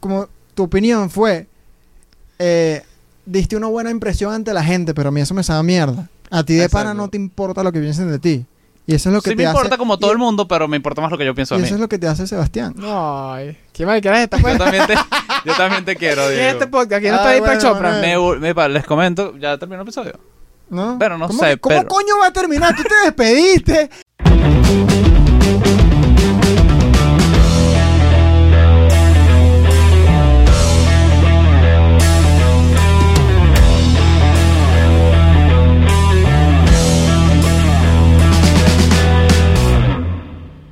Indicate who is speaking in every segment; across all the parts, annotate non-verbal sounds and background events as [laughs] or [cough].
Speaker 1: como tu opinión fue, eh, diste una buena impresión ante la gente, pero a mí eso me sabe a mierda. A ti de
Speaker 2: Exacto.
Speaker 1: pana no te importa lo que piensen de ti. Y eso es lo que
Speaker 2: sí
Speaker 1: te
Speaker 2: me
Speaker 1: hace-
Speaker 2: importa como todo
Speaker 1: y-
Speaker 2: el mundo, pero me importa más lo que yo pienso
Speaker 1: Y
Speaker 2: a mí.
Speaker 1: eso es lo que te hace Sebastián.
Speaker 3: Ay, qué mal que eres
Speaker 1: [laughs]
Speaker 3: esta
Speaker 2: Yo
Speaker 3: pues.
Speaker 2: también te, yo también te quiero,
Speaker 3: ¿Qué es este
Speaker 2: Diego.
Speaker 3: podcast? ¿Quién no
Speaker 1: Ah,
Speaker 3: está ahí para
Speaker 1: bueno,
Speaker 3: Chopra?
Speaker 1: bueno.
Speaker 2: Me vol- epa, les comento, ya terminó el episodio.
Speaker 1: ¿No?
Speaker 2: Pero no
Speaker 1: ¿Cómo
Speaker 2: sé,
Speaker 1: que- ¿Cómo
Speaker 2: pero-
Speaker 1: coño va a terminar? Tú te
Speaker 2: [laughs]
Speaker 1: despediste.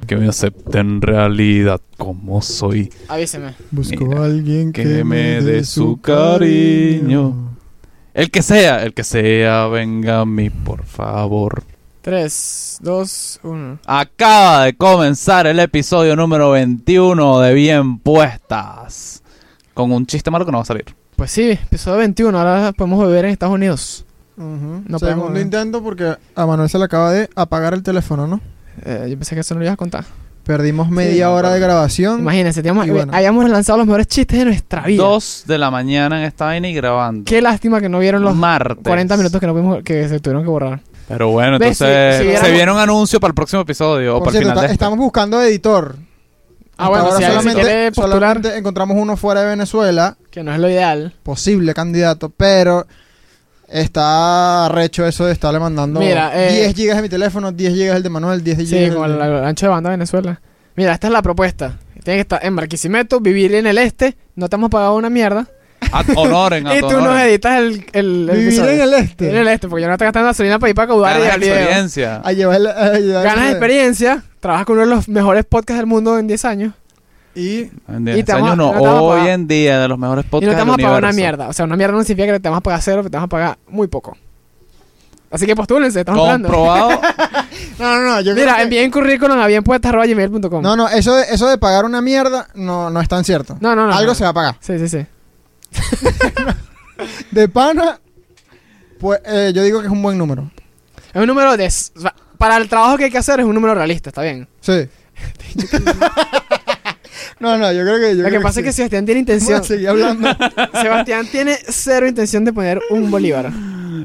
Speaker 2: Que me acepten realidad como soy.
Speaker 3: Avíseme.
Speaker 1: Busco
Speaker 2: Mira,
Speaker 1: a alguien que,
Speaker 2: que me dé
Speaker 1: dé
Speaker 2: su cariño. El que sea, el que sea, venga a mí, por favor.
Speaker 3: 3, 2, 1.
Speaker 2: Acaba de comenzar el episodio número 21 de Bien Puestas. Con un chiste malo que no va a salir.
Speaker 3: Pues sí, episodio 21. Ahora podemos beber en Estados Unidos.
Speaker 1: Ujú. Segundo
Speaker 3: No podemos, ¿eh?
Speaker 1: intento porque a Manuel se le acaba de apagar el teléfono, ¿no?
Speaker 3: Eh, yo pensé que eso no lo ibas a contar.
Speaker 1: Perdimos media
Speaker 2: no,
Speaker 1: hora de
Speaker 2: claro.
Speaker 1: grabación.
Speaker 3: Imagínense, teníamos,
Speaker 1: Mm. Y bueno.
Speaker 3: hayamos lanzado los mejores chistes de nuestra vida.
Speaker 2: Dos de la mañana en esta vaina y grabando.
Speaker 3: Qué lástima que no vieron los
Speaker 2: martes.
Speaker 3: 40 minutos que no pudimos, que se tuvieron que borrar.
Speaker 2: Pero bueno,
Speaker 3: ¿Ves? Si-
Speaker 2: entonces
Speaker 3: si
Speaker 2: se
Speaker 3: viéramos-
Speaker 2: viene un anuncio para el próximo episodio o
Speaker 1: Por
Speaker 2: para el
Speaker 1: cierto,
Speaker 2: final
Speaker 1: ta-
Speaker 2: de este.
Speaker 1: estamos buscando editor.
Speaker 3: Ah,
Speaker 1: Hasta
Speaker 3: bueno,
Speaker 1: ahora
Speaker 3: si alguien se
Speaker 1: solamente,
Speaker 3: quiere postular,
Speaker 1: solamente encontramos uno fuera de Venezuela,
Speaker 3: que no es lo ideal.
Speaker 1: posible candidato, pero está recho eso de estarle mandando
Speaker 3: Mira, eh,
Speaker 1: 10 gigas de mi teléfono, 10 gigas el de Manuel, 10 gigas
Speaker 3: Sí,
Speaker 1: el
Speaker 3: con
Speaker 1: de-
Speaker 3: el, el ancho de banda de Venezuela. Mira, esta es la propuesta. Tiene que estar en Barquisimeto, vivir en el este, no te hemos pagado una mierda.
Speaker 2: Ad honoren, ad
Speaker 3: [laughs] y tú nos
Speaker 2: honorem.
Speaker 3: editas el, el, el
Speaker 1: Vivir
Speaker 3: episodio.
Speaker 1: en el este.
Speaker 3: Vivir en el este, porque yo no estoy gastando gasolina para ir para caudar y
Speaker 2: Ganas
Speaker 3: al video.
Speaker 2: experiencia.
Speaker 1: A llevar, a llevar-
Speaker 3: Ganas experiencia, trabajas con uno de los mejores podcasts del mundo en 10 años.
Speaker 1: Y
Speaker 2: En diez
Speaker 3: Y te vamos a-
Speaker 2: años no,
Speaker 3: no te vamos a
Speaker 2: hoy
Speaker 3: pagar.
Speaker 2: en día de los mejores
Speaker 3: Y no
Speaker 2: podcasts
Speaker 3: te vamos a
Speaker 2: del
Speaker 3: pagar una
Speaker 2: universo.
Speaker 3: mierda. O sea, una mierda no significa que te vamos a pagar cero, pero te vamos a pagar muy poco. Así que postúlense, estamos hablando.
Speaker 2: Comprobado.
Speaker 3: [laughs]
Speaker 1: no, no, no, yo creo
Speaker 3: Mira,
Speaker 1: que-
Speaker 3: envíen currículum a bienpuestas.gmail.com
Speaker 1: No, no, eso de, eso de pagar una mierda no, no es tan cierto.
Speaker 3: no, no, no.
Speaker 1: Algo
Speaker 3: no.
Speaker 1: se va a pagar.
Speaker 3: Sí, sí, sí.
Speaker 1: De pana, pues eh, yo digo que es un buen número.
Speaker 3: Es un número de... o sea, Para el trabajo que hay que hacer es un número realista, está bien. [laughs]
Speaker 1: Sí. [laughs] no, no, yo creo que. Yo
Speaker 3: Lo
Speaker 1: creo
Speaker 3: que pasa es que Sebastián
Speaker 1: [laughs]
Speaker 3: tiene
Speaker 1: sí. Vamos
Speaker 3: intención.
Speaker 1: a seguir hablando.
Speaker 3: Sebastián tiene cero intención de poner un bolívar.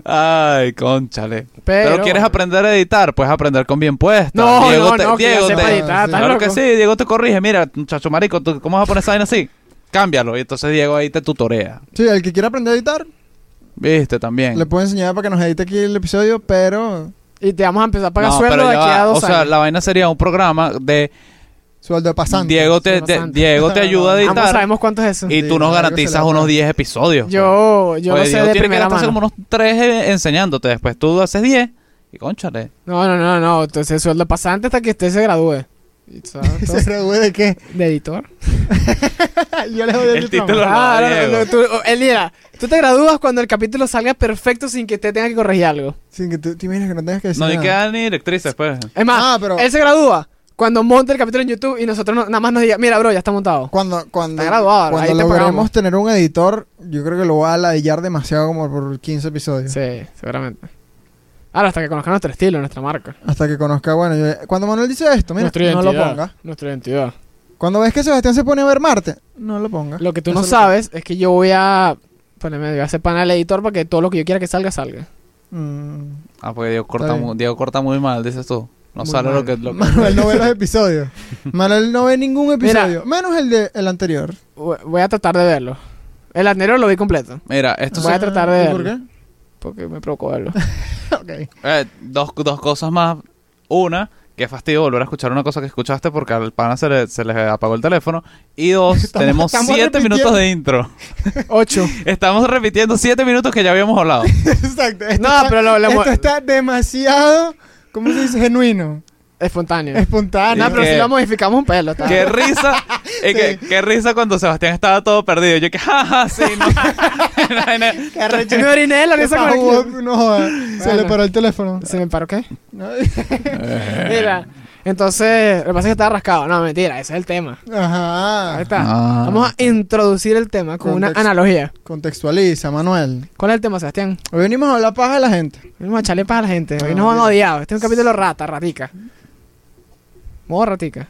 Speaker 2: Ay, conchale.
Speaker 3: Pero,
Speaker 2: Pero, quieres aprender a editar, puedes aprender con bien puesta.
Speaker 3: No,
Speaker 2: Diego
Speaker 3: no,
Speaker 2: te,
Speaker 3: no, que yo
Speaker 2: Diego
Speaker 3: sepa
Speaker 2: te-
Speaker 3: editar, ¿estás
Speaker 2: Claro
Speaker 3: loco?
Speaker 2: que sí, Diego te corrige. Mira, muchacho marico, ¿tú ¿cómo vas a poner esa vaina así? Cámbialo. Y entonces Diego ahí te tutorea.
Speaker 1: Sí, el que quiera aprender a editar,
Speaker 2: Viste, también.
Speaker 1: le puedo enseñar para que nos edite aquí el episodio, pero.
Speaker 3: Y te vamos a empezar a pagar
Speaker 2: No,
Speaker 3: sueldo
Speaker 2: pero
Speaker 3: de
Speaker 2: ya
Speaker 3: aquí a
Speaker 2: va.
Speaker 3: dos
Speaker 2: O sea,
Speaker 3: años.
Speaker 2: la vaina sería un programa de
Speaker 1: Sueldo de pasante.
Speaker 2: Diego te,
Speaker 3: Sueldo
Speaker 2: de-
Speaker 3: pasante.
Speaker 2: Diego te ayuda a
Speaker 3: Ambos
Speaker 2: editar
Speaker 3: sabemos cuánto es eso.
Speaker 1: Sí,
Speaker 2: y tú nos
Speaker 1: Diego se
Speaker 2: garantizas
Speaker 1: la-
Speaker 2: unos 10 episodios.
Speaker 3: Yo, yo
Speaker 2: Oye,
Speaker 3: lo sé
Speaker 2: Diego tiene
Speaker 3: de
Speaker 2: que
Speaker 3: primera
Speaker 2: gastarse
Speaker 3: mano.
Speaker 2: como unos 3 enseñándote. Después tú haces 10 y conchale.
Speaker 3: No, no, no, no. Entonces sueldo pasante hasta que usted se gradúe. Y,
Speaker 2: [laughs]
Speaker 3: ¿sabes?
Speaker 1: ¿Se
Speaker 3: Entonces,
Speaker 1: gradué de qué?
Speaker 3: de editor.
Speaker 1: yo le jodí
Speaker 2: El
Speaker 1: el título.
Speaker 2: título. lo da
Speaker 3: no, no,
Speaker 2: Diego.
Speaker 3: no, tú, oh, él mira, tú te gradúas cuando el capítulo salga perfecto sin que usted tenga que corregir algo.
Speaker 1: Sin que tú te imaginas que no tengas que decir.
Speaker 2: No hay
Speaker 1: nada.
Speaker 2: que dar ni directrices, pues.
Speaker 3: Es más,
Speaker 1: Ah, pero-
Speaker 3: él se gradúa cuando monte el capítulo en YouTube y nosotros no- nada más nos diga, mira, bro, ya está montado.
Speaker 1: Cuando, cuando,
Speaker 3: Está graduado, ahora,
Speaker 1: cuando
Speaker 3: ahí te
Speaker 1: logremos
Speaker 3: pagamos.
Speaker 1: tener un editor, yo creo que lo voy a ladillar demasiado como por 15 episodios.
Speaker 3: Sí, seguramente. Ahora, hasta que conozcan nuestro estilo, nuestra marca.
Speaker 1: Hasta que conozca, bueno, yo- cuando Manuel dice esto, mira,
Speaker 3: nuestra
Speaker 1: no
Speaker 3: identidad.
Speaker 1: lo ponga.
Speaker 3: Nuestra identidad.
Speaker 1: Cuando ves que Sebastián se pone a ver Marte, no lo ponga.
Speaker 3: Lo que tú
Speaker 1: Eso
Speaker 3: no
Speaker 1: es
Speaker 3: sabes Ah, es que yo voy a ponerme, voy a hacer pana al editor para que todo lo que yo quiera que salga, salga.
Speaker 1: Mm,
Speaker 2: Ah, porque Diego
Speaker 1: Está
Speaker 2: corta,
Speaker 1: bien.
Speaker 2: mu- Diego corta muy mal, dices tú. No
Speaker 3: Muy
Speaker 2: sale
Speaker 3: mal.
Speaker 2: lo que... Lo que-
Speaker 1: Manuel no ve los
Speaker 3: [laughs]
Speaker 1: episodios. Manuel no ve ningún
Speaker 3: Mira.
Speaker 1: episodio, menos el de el anterior.
Speaker 3: Voy voy a tratar de verlo. El anterior lo vi completo,
Speaker 2: Mira, esto
Speaker 3: Voy a tratar de
Speaker 1: ¿Y ¿Por
Speaker 3: verlo.
Speaker 1: qué?
Speaker 3: [laughs] porque me provocó verlo.
Speaker 1: Ok.
Speaker 2: eh, dos, dos cosas más. Una, que fastidio volver a escuchar una cosa que escuchaste porque al pana se le, se le apagó el teléfono. Y dos,
Speaker 1: [laughs] Estamos-
Speaker 2: tenemos
Speaker 1: estamos
Speaker 2: siete
Speaker 1: repitiendo.
Speaker 2: minutos de intro.
Speaker 3: [laughs] [laughs] Ocho.
Speaker 2: Estamos repitiendo siete minutos que ya habíamos
Speaker 1: [laughs]
Speaker 2: hablado.
Speaker 1: [laughs] Exacto. Esto,
Speaker 3: No,
Speaker 1: está,
Speaker 3: pero lo, lo-
Speaker 1: esto está demasiado, ¿cómo se dice? Genuino,
Speaker 3: espontáneo.
Speaker 1: espontáneo.
Speaker 3: Ah, No,
Speaker 1: [laughs]
Speaker 3: pero
Speaker 2: que-
Speaker 3: si lo modificamos un pelo. está
Speaker 2: qué
Speaker 3: bien.
Speaker 2: risa. eh, qué, qué risa cuando Sebastián estaba todo perdido. Yo que, jaja, sí,
Speaker 1: [laughs]
Speaker 2: no. [laughs]
Speaker 1: Qué arrecho.
Speaker 3: Me oriné en la mesa con el
Speaker 1: Pajugó,
Speaker 3: clip.
Speaker 1: [laughs] no joda. Se le
Speaker 3: Bueno.
Speaker 1: paró el teléfono.
Speaker 3: ¿Se me paró qué?
Speaker 2: Eh,
Speaker 3: Mira, entonces, lo que pasa es que estaba rascado. No, mentira, ese es el tema. Ahí
Speaker 1: [laughs] Ajá.
Speaker 3: está.
Speaker 2: Ah.
Speaker 3: Vamos a introducir el tema con una
Speaker 1: Contexto.
Speaker 3: analogía.
Speaker 1: Contextualiza, Manuel.
Speaker 3: ¿Cuál es el tema, Sebastián?
Speaker 1: Hoy venimos a hablar paja de la gente.
Speaker 3: Vamos a echarle para la gente. Hoy
Speaker 1: No,
Speaker 3: nos van
Speaker 1: mira.
Speaker 3: odiados. Este es un capítulo rata, ratica. Modo ratica.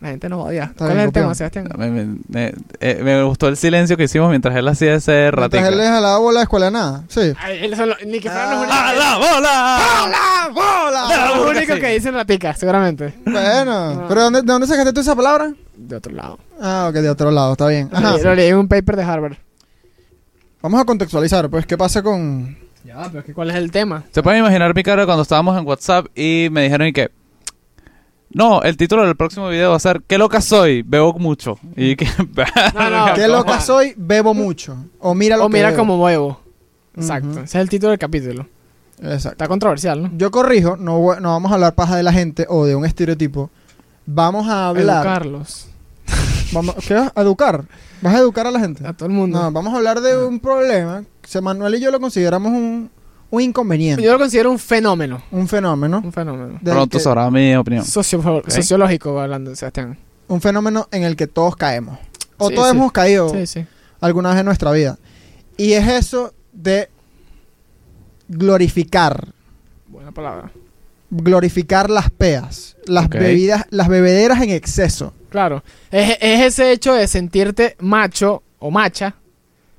Speaker 3: La gente nos odia.
Speaker 1: Está
Speaker 3: ¿Cuál
Speaker 1: bien,
Speaker 3: es el tema,
Speaker 1: copión.
Speaker 3: Sebastián?
Speaker 2: Me, me- me- eh, me gustó el silencio que hicimos mientras él hacía ese ratito.
Speaker 1: Mientras él le jalaba bola a la escuela de nada. Sí.
Speaker 3: Ay, él solo- ni que fuera los
Speaker 2: ¡A la bola!
Speaker 1: bola!
Speaker 2: Ah,
Speaker 3: [laughs] únicos- Ah, los
Speaker 2: seguro que
Speaker 3: únicos
Speaker 2: sí.
Speaker 3: que dicen ratica, seguramente.
Speaker 1: Bueno,
Speaker 3: No.
Speaker 1: ¿pero dónde, de dónde sacaste tú esa palabra?
Speaker 3: De otro lado.
Speaker 1: Ah, ok, de otro lado, está bien. Ajá.
Speaker 3: Lo leí en un paper de Harvard.
Speaker 1: Vamos a contextualizar, pues, ¿qué pasa con...?
Speaker 3: Ya, pero es que ¿cuál es el tema?
Speaker 2: Se pueden imaginar mi cara cuando estábamos en WhatsApp y me dijeron y que. No, el título del próximo video va a ser ¿Qué loca soy? Bebo mucho. Y que. [laughs]
Speaker 3: No,
Speaker 1: [laughs]
Speaker 3: no,
Speaker 1: ¿Qué
Speaker 3: ¿cómo?
Speaker 1: loca soy? Bebo mucho. O mira lo
Speaker 3: Ah, O
Speaker 1: que
Speaker 3: mira
Speaker 1: bebo.
Speaker 3: como huevo.
Speaker 1: Ujú.
Speaker 3: Exacto. Ese es el título del capítulo.
Speaker 1: Exacto.
Speaker 3: Está controversial, ¿no?
Speaker 1: Yo corrijo, no, voy- no vamos a hablar paja de la gente o de un estereotipo. Vamos a hablar...
Speaker 3: Educarlos.
Speaker 1: Vamos, ¿Qué vas a educar? ¿Vas a educar a la gente?
Speaker 3: A todo el mundo. Ah.
Speaker 1: No, vamos a hablar de un problema. Se- Manuel y yo lo consideramos un, un inconveniente,
Speaker 3: Yo lo considero un fenómeno.
Speaker 1: un fenómeno.
Speaker 3: Un fenómeno.
Speaker 1: del
Speaker 2: Pronto
Speaker 1: que-
Speaker 2: sabrá mi opinión.
Speaker 3: Socio- Sociológico hablando, Sebastián.
Speaker 1: un fenómeno en el que todos caemos. O
Speaker 3: Sí,
Speaker 1: todos
Speaker 3: sí.
Speaker 1: hemos caído
Speaker 3: Sí, sí.
Speaker 1: alguna vez en nuestra vida. Y es eso de glorificar.
Speaker 3: Buena palabra.
Speaker 1: Glorificar las peas. Las
Speaker 2: Ok.
Speaker 1: bebidas, las bebederas en exceso.
Speaker 3: Claro. Es, es ese hecho de sentirte macho o macha.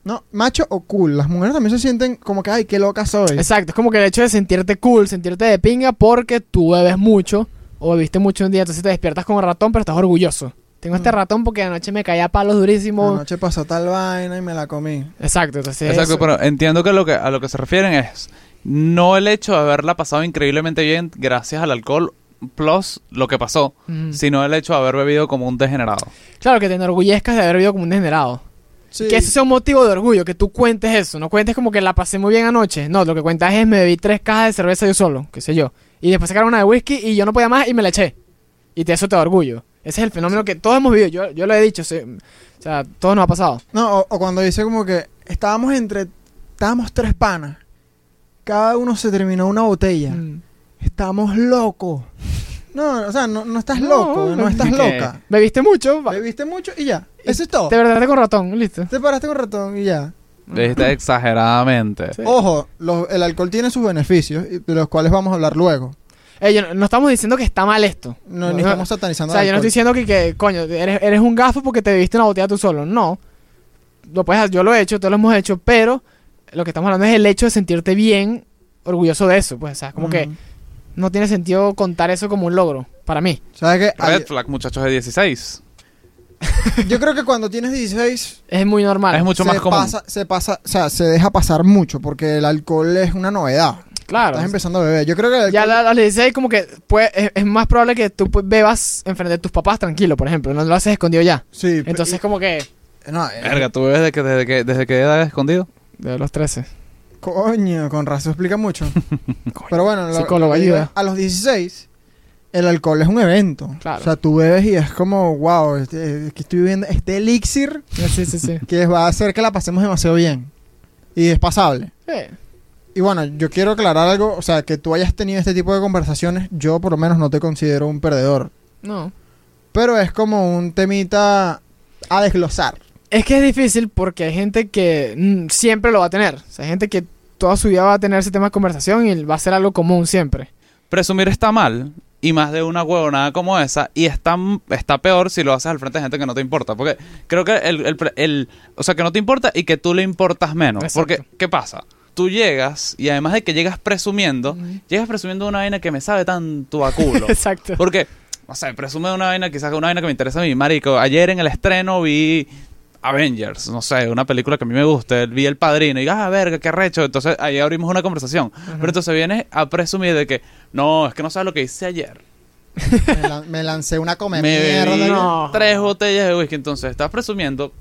Speaker 1: No, macho o cool. Las mujeres también se sienten como que, ay, qué loca soy.
Speaker 3: Exacto. Es como que el hecho de sentirte cool, sentirte de pinga porque tú bebes mucho o bebiste mucho un día. Entonces te despiertas como ratón, pero estás orgulloso. Tengo este
Speaker 1: Mm.
Speaker 3: ratón porque anoche me caía a palos durísimos.
Speaker 1: Anoche pasó tal vaina y me la comí.
Speaker 3: Exacto. Entonces
Speaker 2: Exacto,
Speaker 3: eso-
Speaker 2: pero entiendo que, lo que a lo que se refieren es no el hecho de haberla pasado increíblemente bien gracias al alcohol plus lo que pasó,
Speaker 3: Mm.
Speaker 2: sino el hecho de haber bebido como un degenerado.
Speaker 3: Claro, que te enorgullezcas de haber vivido como un degenerado.
Speaker 1: Sí.
Speaker 3: Que eso sea un motivo de orgullo, que tú cuentes eso. No cuentes como que la pasé muy bien anoche. No, lo que cuentas es me bebí tres cajas de cerveza yo solo, qué sé yo. Y después sacaron una de whisky y yo no podía más y me la eché. Y te, eso te da orgullo. Ese es el fenómeno que todos hemos vivido. Yo, yo lo he dicho. sí. O sea, todos nos ha pasado.
Speaker 1: No, o, o cuando dice como que estábamos entre. Estábamos tres panas. Cada uno se terminó una botella.
Speaker 3: Mm.
Speaker 1: Estamos locos. No, o sea, no, no estás
Speaker 3: No,
Speaker 1: loco, no
Speaker 3: no.
Speaker 1: estás
Speaker 2: ¿Qué?
Speaker 1: loca.
Speaker 3: Bebiste mucho. va-
Speaker 1: Bebiste mucho y ya. Eso es todo.
Speaker 3: Te verdad con ratón, listo.
Speaker 1: Te paraste con ratón y ya.
Speaker 2: Dijiste exageradamente.
Speaker 3: Mm. Sí.
Speaker 1: Ojo, los- el alcohol tiene sus beneficios, y- de los cuales vamos a hablar luego.
Speaker 3: Eh, yo no, no estamos diciendo que está mal esto.
Speaker 1: No,
Speaker 3: No,
Speaker 1: ni
Speaker 3: no.
Speaker 1: estamos satanizando
Speaker 3: o sea,
Speaker 1: el
Speaker 3: yo no estoy
Speaker 1: alcohol.
Speaker 3: diciendo que, que, coño, eres, eres un gafo porque te bebiste una botella tú solo. No. Lo puedes, hacer, yo lo he hecho, todos lo hemos hecho, pero lo que estamos hablando es el hecho de sentirte bien, orgulloso de eso. Pues, o sea, como que
Speaker 1: Ujú.
Speaker 3: no tiene sentido contar eso como un logro, para mí.
Speaker 1: ¿Sabes qué?
Speaker 2: Red
Speaker 1: Ay,
Speaker 2: flag, muchachos de 16.
Speaker 1: yo creo que cuando tienes 16
Speaker 3: Es muy normal.
Speaker 2: Es mucho
Speaker 1: se
Speaker 2: más común.
Speaker 1: pasa, se pasa, o sea, se deja pasar mucho porque el alcohol es una novedad.
Speaker 3: claro.
Speaker 1: Estás empezando a beber. Yo creo que el alcohol
Speaker 3: Ya la- las 16 como que pues, es, es más probable que tú pues, bebas enfrente de tus papás tranquilo, por ejemplo. No lo haces escondido ya.
Speaker 1: Sí, pe-
Speaker 3: Entonces como que...
Speaker 1: y- no, eh,
Speaker 2: Verga, ¿tú bebes desde que, desde que, desde que edad escondido?
Speaker 3: De los 13.
Speaker 1: coño, con razón explica mucho.
Speaker 2: [laughs]
Speaker 1: Pero bueno, lo-
Speaker 3: Psicólogo,
Speaker 1: lo digo,
Speaker 3: ayuda.
Speaker 1: a los 16 el alcohol es un evento.
Speaker 3: Claro.
Speaker 1: O sea, tú bebes y es como, wow, este- es que estoy viviendo este elixir
Speaker 3: Sí,
Speaker 1: [laughs]
Speaker 3: sí, sí.
Speaker 1: que va a hacer que la pasemos demasiado bien. Y es pasable.
Speaker 3: Sí.
Speaker 1: Y bueno, yo quiero aclarar algo, o sea, que tú hayas tenido este tipo de conversaciones, yo por lo menos no te considero un perdedor.
Speaker 3: No.
Speaker 1: Pero es como un temita a desglosar.
Speaker 3: Es que es difícil porque hay gente que mm, siempre lo va a tener. O sea, hay gente que toda su vida va a tener ese tema de conversación y va a ser algo común siempre.
Speaker 2: Presumir está mal. Y más de una huevonada como esa. Y está, está peor si lo haces al frente de gente que no te importa. Porque creo que el, el pre- el- O sea, que no te importa y que tú le importas menos.
Speaker 3: Exacto.
Speaker 2: Porque, ¿qué pasa? Tú llegas y además de que llegas presumiendo, llegas presumiendo una vaina que me sabe tanto a
Speaker 3: [laughs]
Speaker 2: culo.
Speaker 3: Exacto.
Speaker 2: Porque, o sea, presume de una vaina, quizás una vaina que me interesa a mí, marico. Ayer en el estreno vi Avengers, no sé, una película que a mí me gusta, vi El Padrino, y ah, verga, qué recho. Entonces ahí abrimos una conversación. Pero entonces vienes a presumir de que, no, es que no sabes lo que hice ayer.
Speaker 1: Me, lan- me lancé una come
Speaker 2: [laughs] me bebí
Speaker 1: mierda.
Speaker 3: no.
Speaker 2: tres botellas de whisky, entonces estás presumiendo,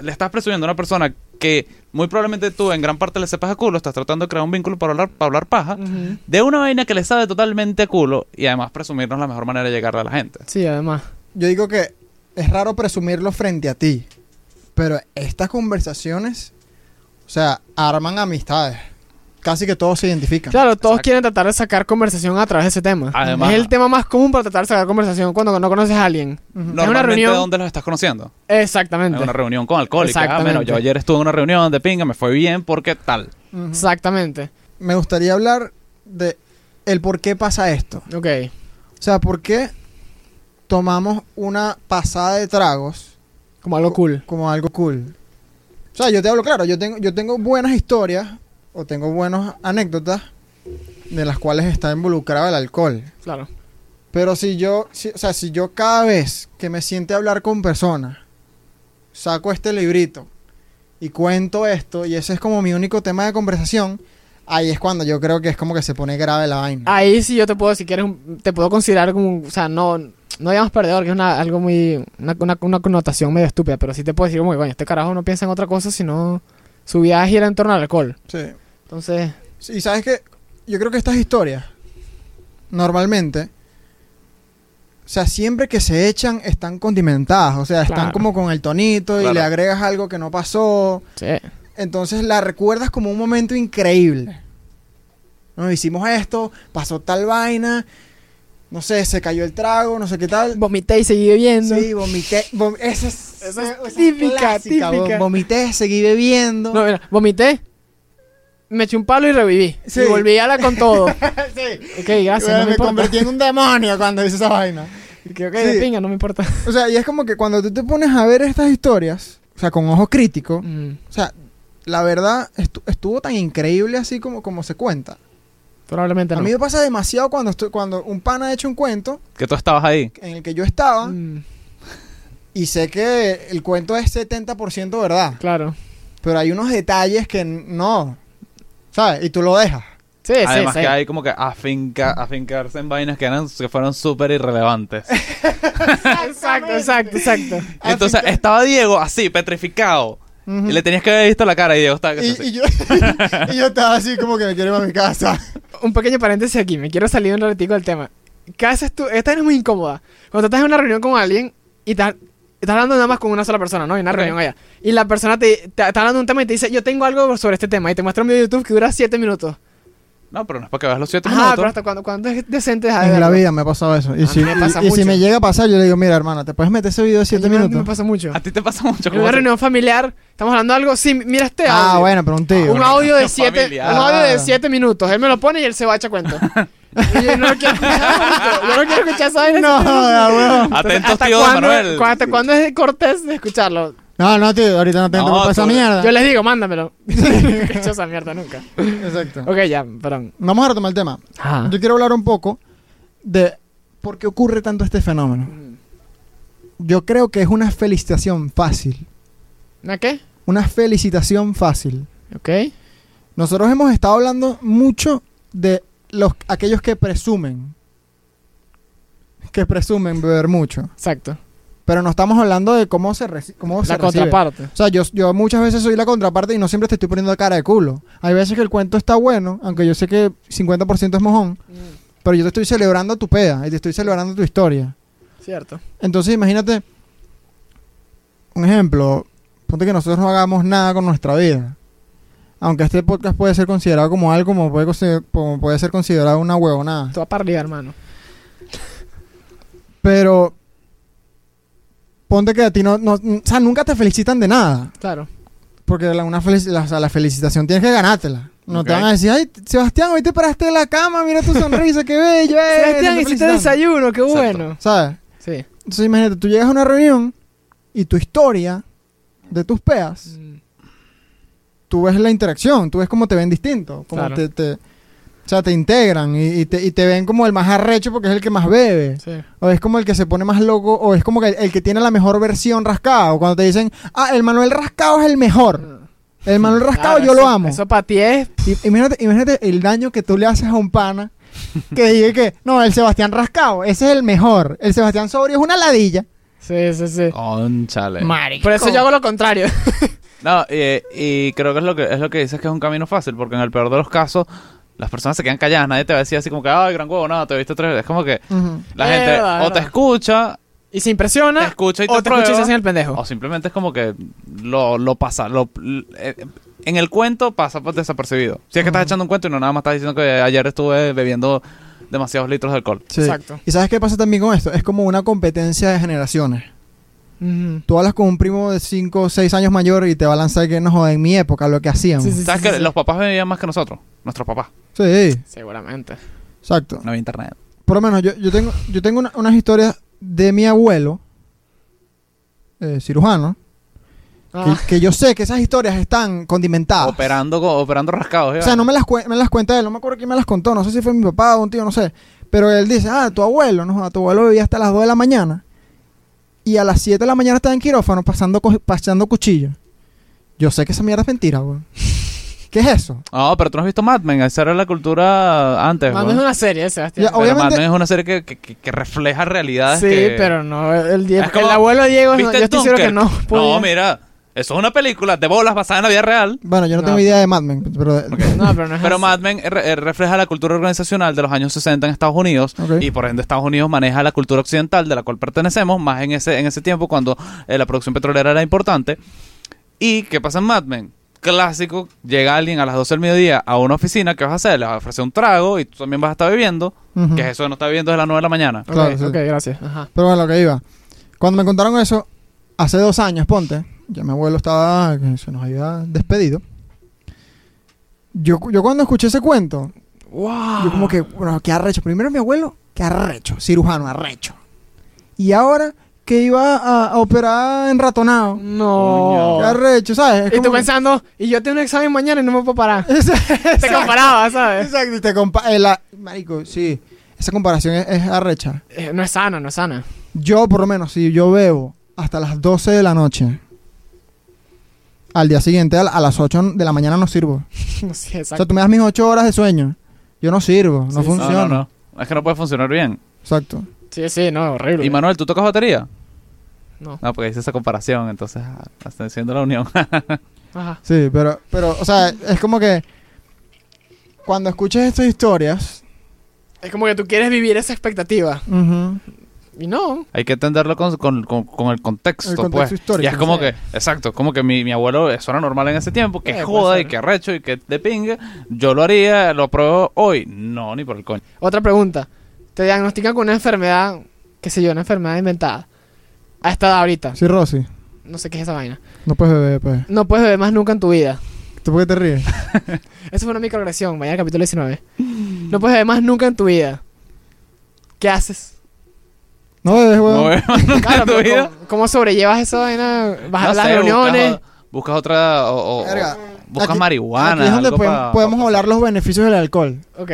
Speaker 2: le estás presumiendo a una persona que muy probablemente tú en gran parte le sepas a culo, estás tratando de crear un vínculo para hablar, para hablar paja.
Speaker 1: Mm.
Speaker 3: Ujú.
Speaker 2: De una vaina que le sabe totalmente a culo y además presumirnos la mejor manera de llegarle a la gente.
Speaker 3: Sí, además.
Speaker 1: Yo digo que es raro presumirlo frente a ti, pero estas conversaciones, o sea, arman amistades. Casi que todos se identifican.
Speaker 3: Claro, todos
Speaker 2: Exacto.
Speaker 3: quieren tratar de sacar conversación a través de ese tema.
Speaker 2: Además-
Speaker 3: es el tema más común para tratar de sacar conversación cuando no conoces a alguien.
Speaker 1: Ujú.
Speaker 3: una
Speaker 2: Normalmente,
Speaker 3: reunión-
Speaker 2: ¿dónde los estás conociendo? En
Speaker 3: Exactamente.
Speaker 2: una reunión con alcohólicos. Ah,
Speaker 3: Exactamente.
Speaker 2: bueno, yo ayer estuve en una reunión de pinga, me fue bien porque tal.
Speaker 1: Ujú.
Speaker 3: Exactamente.
Speaker 1: Me gustaría hablar de el por qué pasa esto.
Speaker 3: Ok.
Speaker 1: O sea, por qué tomamos una pasada de tragos
Speaker 3: Como algo cool.
Speaker 1: como algo cool. O sea, yo te hablo claro, yo tengo, yo tengo buenas historias o tengo buenas anécdotas de las cuales está involucrado el alcohol.
Speaker 3: Claro.
Speaker 1: Pero si yo, si- o sea, si yo cada vez que me siente a hablar con personas, saco este librito y cuento esto, y ese es como mi único tema de conversación, ahí es cuando yo creo que es como que se pone grave la vaina.
Speaker 3: Ahí sí yo te puedo, si quieres, un- te puedo considerar como, un- o sea, no, no digamos perdedor, que es una, algo muy, una, una, una connotación medio estúpida, pero sí te puedo decir como que, coño, este carajo no piensa en otra cosa, sino su vida gira en torno al alcohol.
Speaker 1: Sí.
Speaker 3: Entonces,
Speaker 1: Y sabes que yo creo que estas historias, normalmente, o sea, siempre que se echan están condimentadas, o sea, están
Speaker 3: Claro.
Speaker 1: como con el tonito y
Speaker 2: Claro.
Speaker 1: le agregas algo que no pasó.
Speaker 3: sí,
Speaker 1: Entonces la recuerdas como un momento increíble. No, hicimos esto, pasó tal vaina, no sé, se cayó el trago, no sé qué tal.
Speaker 3: vomité y seguí bebiendo.
Speaker 1: Sí, vomité. vom- esa es,
Speaker 3: Esa es
Speaker 1: esa es
Speaker 3: típica,
Speaker 1: vom-
Speaker 3: típica.
Speaker 1: Vomité, seguí bebiendo.
Speaker 3: No, mira, vomité, me eché un palo y reviví.
Speaker 1: Sí.
Speaker 3: Y volví a la
Speaker 1: [laughs]
Speaker 3: con todo. ok,
Speaker 1: [laughs] sí.
Speaker 3: gracias,
Speaker 1: Bueno,
Speaker 3: no me,
Speaker 1: me
Speaker 3: importa.
Speaker 1: convertí en un demonio cuando hice esa vaina.
Speaker 3: Que, ok, de
Speaker 1: Sí.
Speaker 3: pinga, no me importa.
Speaker 1: O sea, y es como que cuando tú te pones a ver estas historias, o sea, con ojo crítico,
Speaker 3: Mm,
Speaker 1: o sea, la verdad estu- estuvo tan increíble así como, como se cuenta.
Speaker 3: probablemente
Speaker 1: A
Speaker 3: no.
Speaker 1: mí me pasa demasiado cuando, estoy, cuando un pana ha hecho un cuento
Speaker 2: Que tú estabas ahí.
Speaker 1: en el que yo estaba
Speaker 3: Mm,
Speaker 1: y sé que el cuento es 70% verdad,
Speaker 3: claro.
Speaker 1: pero hay unos detalles que n- no, ¿sabes? Y tú lo dejas.
Speaker 3: Sí,
Speaker 2: Además
Speaker 3: sí, sí.
Speaker 2: que hay como que afinca, afincarse en vainas que, eran, que fueron súper
Speaker 3: [laughs]
Speaker 2: irrelevantes.
Speaker 3: [laughs] Exacto, exacto, exacto.
Speaker 2: Entonces estaba Diego así, petrificado.
Speaker 1: Ujú.
Speaker 2: Y le tenías que haber visto la cara y Diego estaba
Speaker 1: Y-
Speaker 2: casi así.
Speaker 1: y yo, [laughs] y yo estaba así como que me quiero ir a mi casa.
Speaker 3: un pequeño paréntesis aquí, me quiero salir un ratito del tema. ¿Qué haces tú? Esta es muy incómoda. Cuando estás en una reunión con alguien y estás, estás hablando nada más con una sola persona, ¿no? En una
Speaker 2: Ok.
Speaker 3: reunión allá. Y la persona te, te- está hablando de un tema y te dice, yo tengo algo sobre este tema. Y te muestra un video de YouTube que dura 7 minutos.
Speaker 2: No, pero no es para que veas los siete
Speaker 3: Ajá,
Speaker 2: minutos.
Speaker 3: pero hasta cuando, cuando es decente deja de
Speaker 1: En la
Speaker 3: verlo.
Speaker 1: vida me ha pasado eso. Y, si,
Speaker 3: me pasa
Speaker 1: y- y si
Speaker 3: mucho.
Speaker 1: me llega a pasar, yo le digo, mira, hermana, ¿te puedes meter ese video de 7
Speaker 3: A mí me-
Speaker 1: minutos? Ah,
Speaker 3: Me pasa mucho.
Speaker 2: A ti te pasa mucho.
Speaker 3: En
Speaker 2: como
Speaker 3: una
Speaker 2: así.
Speaker 3: reunión familiar, estamos hablando de algo, sí, mira este
Speaker 1: ah,
Speaker 3: audio.
Speaker 1: bueno, pero un tío.
Speaker 3: Un audio
Speaker 1: [laughs]
Speaker 3: de 7
Speaker 2: familiar.
Speaker 3: un audio de siete minutos. Él me lo pone y él se va a echar cuento.
Speaker 1: [laughs]
Speaker 3: Y yo no lo quiero escuchar. Yo no quiero escuchar esa vaina.
Speaker 1: No,
Speaker 3: [laughs]
Speaker 1: joda, weón.
Speaker 3: Entonces,
Speaker 2: Atentos,
Speaker 3: ¿hasta
Speaker 2: tío de
Speaker 3: cuándo-
Speaker 2: Manuel.
Speaker 3: cu- ¿Hasta cuándo es cortés de escucharlo?
Speaker 1: No, no, tío, ahorita no tengo
Speaker 2: No,
Speaker 1: tiempo para esa
Speaker 2: tú-
Speaker 1: mierda.
Speaker 3: Yo les digo, mándamelo. [laughs] no escucho esa mierda nunca.
Speaker 1: [laughs] Exacto.
Speaker 3: Ok, Ah. ya, perdón.
Speaker 1: Vamos a retomar el tema. Yo quiero hablar un poco de por qué ocurre tanto este fenómeno.
Speaker 3: Mm.
Speaker 1: Yo creo que es una felicitación fácil.
Speaker 3: ¿Una qué?
Speaker 1: Una felicitación fácil.
Speaker 3: Ok.
Speaker 1: Nosotros hemos estado hablando mucho de los aquellos que presumen. Que presumen beber mucho.
Speaker 3: Exacto.
Speaker 1: Pero no estamos hablando de cómo se, reci- cómo se
Speaker 3: La
Speaker 1: recibe.
Speaker 3: contraparte.
Speaker 1: O sea, yo, yo muchas veces soy la contraparte y no siempre te estoy poniendo cara de culo. Hay veces que el cuento está bueno, aunque yo sé que 50% es mojón, pero yo te estoy celebrando tu peda y te estoy celebrando tu historia.
Speaker 3: Cierto.
Speaker 1: Entonces, imagínate, un ejemplo, ponte que nosotros no hagamos nada con nuestra vida. Aunque este podcast puede ser considerado como algo, como puede, consider- como puede ser considerado una huevonada.
Speaker 3: Tú vas para arriba, hermano.
Speaker 1: Pero, ponte que a ti no, no- o sea, nunca te felicitan de nada.
Speaker 3: Claro.
Speaker 1: Porque la, una felici- la, o sea, la felicitación tienes que ganártela. No te
Speaker 2: Ok.
Speaker 1: van a decir, ay, Sebastián, hoy te paraste de la cama, mira tu sonrisa, qué bello. eh,
Speaker 3: Sebastián,
Speaker 1: te estoy
Speaker 3: hiciste
Speaker 1: felicitando".
Speaker 3: desayuno, qué
Speaker 2: Exacto.
Speaker 3: bueno.
Speaker 1: ¿Sabes?
Speaker 3: Sí.
Speaker 1: Entonces imagínate, tú llegas a una reunión y tu historia de tus peas, tú ves la interacción, tú ves cómo te ven distinto. Cómo
Speaker 3: Claro.
Speaker 1: te, te- o sea, te integran y, y te, y te ven como el más arrecho porque es el que más bebe.
Speaker 3: Sí.
Speaker 1: O es como el que se pone más loco, o es como que el, el que tiene la mejor versión rascado. Cuando te dicen, ah, el Manuel rascado es el mejor. El Manuel rascado
Speaker 3: Ah, Claro,
Speaker 1: yo lo
Speaker 3: eso-
Speaker 1: amo.
Speaker 3: Eso para ti es.
Speaker 1: Y- Imagínate, imagínate el daño que tú le haces a un pana que diga que, no, el Sebastián Rascado, ese es el mejor. El Sebastián Sobrio es una ladilla.
Speaker 3: Sí, sí, sí.
Speaker 2: Cónchale.
Speaker 3: Por eso yo hago lo contrario. [laughs]
Speaker 2: No, y, y creo que es lo que es lo que dices que es un camino fácil, porque en el peor de los casos, las personas se quedan calladas, nadie te va a decir así como que, ay, gran huevo, no, te viste tres veces. Es como que la
Speaker 3: Es
Speaker 2: gente o
Speaker 3: verdad, es
Speaker 2: te
Speaker 3: verdad.
Speaker 2: escucha,
Speaker 3: Y se
Speaker 2: te
Speaker 3: impresiona.
Speaker 2: escucha y te,
Speaker 3: o te escucha y se
Speaker 2: aprueba,
Speaker 3: hacen el pendejo.
Speaker 1: Oh.
Speaker 2: o simplemente es como que lo, lo pasa, lo, eh, en el cuento pasa pues, desapercibido. Si es que estás
Speaker 1: Ujú.
Speaker 2: echando un cuento y no nada más estás diciendo que ayer estuve bebiendo demasiados litros de alcohol.
Speaker 3: Exacto.
Speaker 1: ¿Y sabes qué pasa también con esto? Es como una competencia de generaciones.
Speaker 3: Ujú.
Speaker 1: Tú hablas con un primo de 5 o 6 años mayor y te va a lanzar que no joda en mi época lo que hacían.
Speaker 3: Sí,
Speaker 1: Sí,
Speaker 3: sí,
Speaker 2: ¿Sabes
Speaker 3: sí,
Speaker 2: que
Speaker 3: sí.
Speaker 2: los papás bebían más que nosotros? Nuestros papás.
Speaker 3: Seguramente.
Speaker 1: exacto.
Speaker 2: No había internet.
Speaker 1: Por lo menos yo, yo tengo, yo tengo una- unas historias de mi abuelo, eh, cirujano,
Speaker 3: Ah,
Speaker 1: que, que yo sé que esas historias están condimentadas.
Speaker 2: Operando, co- operando rascados.
Speaker 1: O sea, no me las, cuen- me las cuenta él, no me acuerdo quién me las contó, no sé si fue mi papá o un tío, no sé. Pero él dice, ah, tu abuelo, no, joda, tu abuelo vivía hasta las 2 de la mañana. Y a las 7 de la mañana estaba en quirófano pasando, co- pasando cuchillo. Yo sé que esa mierda es mentira, weón. ¿Qué es eso?
Speaker 2: No, Ah, pero tú no has visto Mad Men. Esa era la cultura antes,
Speaker 3: Mad
Speaker 2: güey.
Speaker 3: Men es una serie, eh, Sebastián.
Speaker 1: Ya,
Speaker 2: Pero
Speaker 1: Obviamente-
Speaker 2: Mad Men es una serie que, que- que- que refleja realidades
Speaker 3: sí,
Speaker 2: que-
Speaker 3: pero no. El, die-
Speaker 2: Es como-
Speaker 3: el abuelo de Diego, no, yo
Speaker 2: ¿Viste
Speaker 3: estoy seguro que no. pues.
Speaker 2: Dunkirk?
Speaker 3: podía.
Speaker 2: No, mira. Eso es una película de bolas basada en la vida real.
Speaker 1: Bueno, yo no,
Speaker 3: No,
Speaker 1: tengo
Speaker 3: pero-
Speaker 1: idea de Mad Men, pero...
Speaker 3: No, pero no es
Speaker 2: Pero
Speaker 3: así.
Speaker 2: Mad Men re- eh, refleja la cultura organizacional de los años 60 en Estados Unidos
Speaker 1: Ok.
Speaker 2: y por ende Estados Unidos maneja la cultura occidental de la cual pertenecemos, más en ese, en ese tiempo cuando eh, la producción petrolera era importante. ¿Y qué pasa en Mad Men? Clásico, llega alguien a las 12 del mediodía a una oficina, ¿qué vas a hacer? Les vas a ofrecer un trago y tú también vas a estar bebiendo,
Speaker 1: [laughs] Ujú.
Speaker 2: que es eso de no estar bebiendo desde las 9 de la mañana.
Speaker 3: Ok,
Speaker 1: Claro, sí.
Speaker 3: ok, gracias. Ajá.
Speaker 1: Pero bueno, lo que iba. Cuando me contaron eso, hace dos años, ponte, ya mi abuelo estaba, que se nos había despedido. Yo, yo cuando escuché ese cuento,
Speaker 3: ¡Wow!
Speaker 1: yo como que, bueno, qué arrecho. Primero mi abuelo, qué arrecho, cirujano, arrecho. Y ahora que iba a, a operar en ratonado,
Speaker 3: No.
Speaker 1: qué arrecho, ¿sabes? Es
Speaker 3: Oh. Y
Speaker 1: [laughs]
Speaker 3: tú
Speaker 1: como-
Speaker 3: pensando, y yo tengo un examen mañana y no me puedo parar. [laughs] Te
Speaker 1: Exacto,
Speaker 3: comparaba, ¿sabes?
Speaker 1: exacto, y te compa- eh, la- Marico, sí, esa comparación es- es arrecha.
Speaker 3: Eh, no es sana, no es sana. [laughs]
Speaker 1: Yo, por lo menos, si yo bebo hasta las 12 de la noche, al día siguiente, a, la- a las 8 de la mañana no sirvo.
Speaker 3: Sí,
Speaker 1: O sea,
Speaker 3: exacto.
Speaker 1: tú me das mis 8 horas de sueño. Yo no sirvo,
Speaker 3: Sí,
Speaker 1: no
Speaker 3: sí.
Speaker 2: No,
Speaker 1: funciona.
Speaker 2: no, no. Es que no puede funcionar bien.
Speaker 1: Exacto.
Speaker 3: Sí, sí, no, horrible.
Speaker 2: Y Manuel, ¿tú tocas batería?
Speaker 3: No.
Speaker 2: No, porque hice esa comparación, entonces ah, está haciendo la unión. [laughs]
Speaker 3: Ajá.
Speaker 1: Sí, pero, pero, o sea, es como que cuando escuches estas historias,
Speaker 3: Es como que tú quieres vivir esa expectativa.
Speaker 1: ujú,
Speaker 3: Y no.
Speaker 2: Hay que entenderlo con, con- con- con el contexto,
Speaker 1: El contexto
Speaker 2: pues.
Speaker 1: histórico,
Speaker 2: y es como
Speaker 3: sí.
Speaker 2: que, exacto, como que mi, mi abuelo, eso era normal en ese tiempo, que
Speaker 3: Eh, puede
Speaker 2: joda y
Speaker 3: ser.
Speaker 2: que arrecho y que de pingue. Yo lo haría, lo apruebo hoy. No, ni por el coño.
Speaker 3: Otra pregunta. Te diagnostican con una enfermedad, qué sé yo, una enfermedad inventada. A esta edad ahorita.
Speaker 1: sí, Rosy,
Speaker 3: No sé qué es esa vaina.
Speaker 1: no puedes beber, pues.
Speaker 3: No puedes beber más nunca en tu vida.
Speaker 1: ¿Tú por qué te ríes?
Speaker 3: Eso fue una microagresión. Vaya al capítulo 19. No puedes beber más nunca en tu vida.
Speaker 2: [laughs]
Speaker 3: ¿Qué haces?
Speaker 1: No bebes, weón.
Speaker 2: No [laughs] veo
Speaker 3: Claro,
Speaker 2: tu
Speaker 3: pero
Speaker 2: vida.
Speaker 3: ¿cómo, cómo sobrellevas esa vaina? Vas
Speaker 2: No
Speaker 3: a las
Speaker 2: sé, buscas-
Speaker 3: reuniones.
Speaker 2: Buscas, otra, o, o- o-
Speaker 1: Verga,
Speaker 2: buscas
Speaker 1: aquí-
Speaker 2: marihuana.
Speaker 1: Aquí es donde
Speaker 2: algo
Speaker 1: podemos,
Speaker 2: pa-
Speaker 1: podemos
Speaker 2: pa-
Speaker 1: hablar los beneficios del alcohol.
Speaker 3: Ok.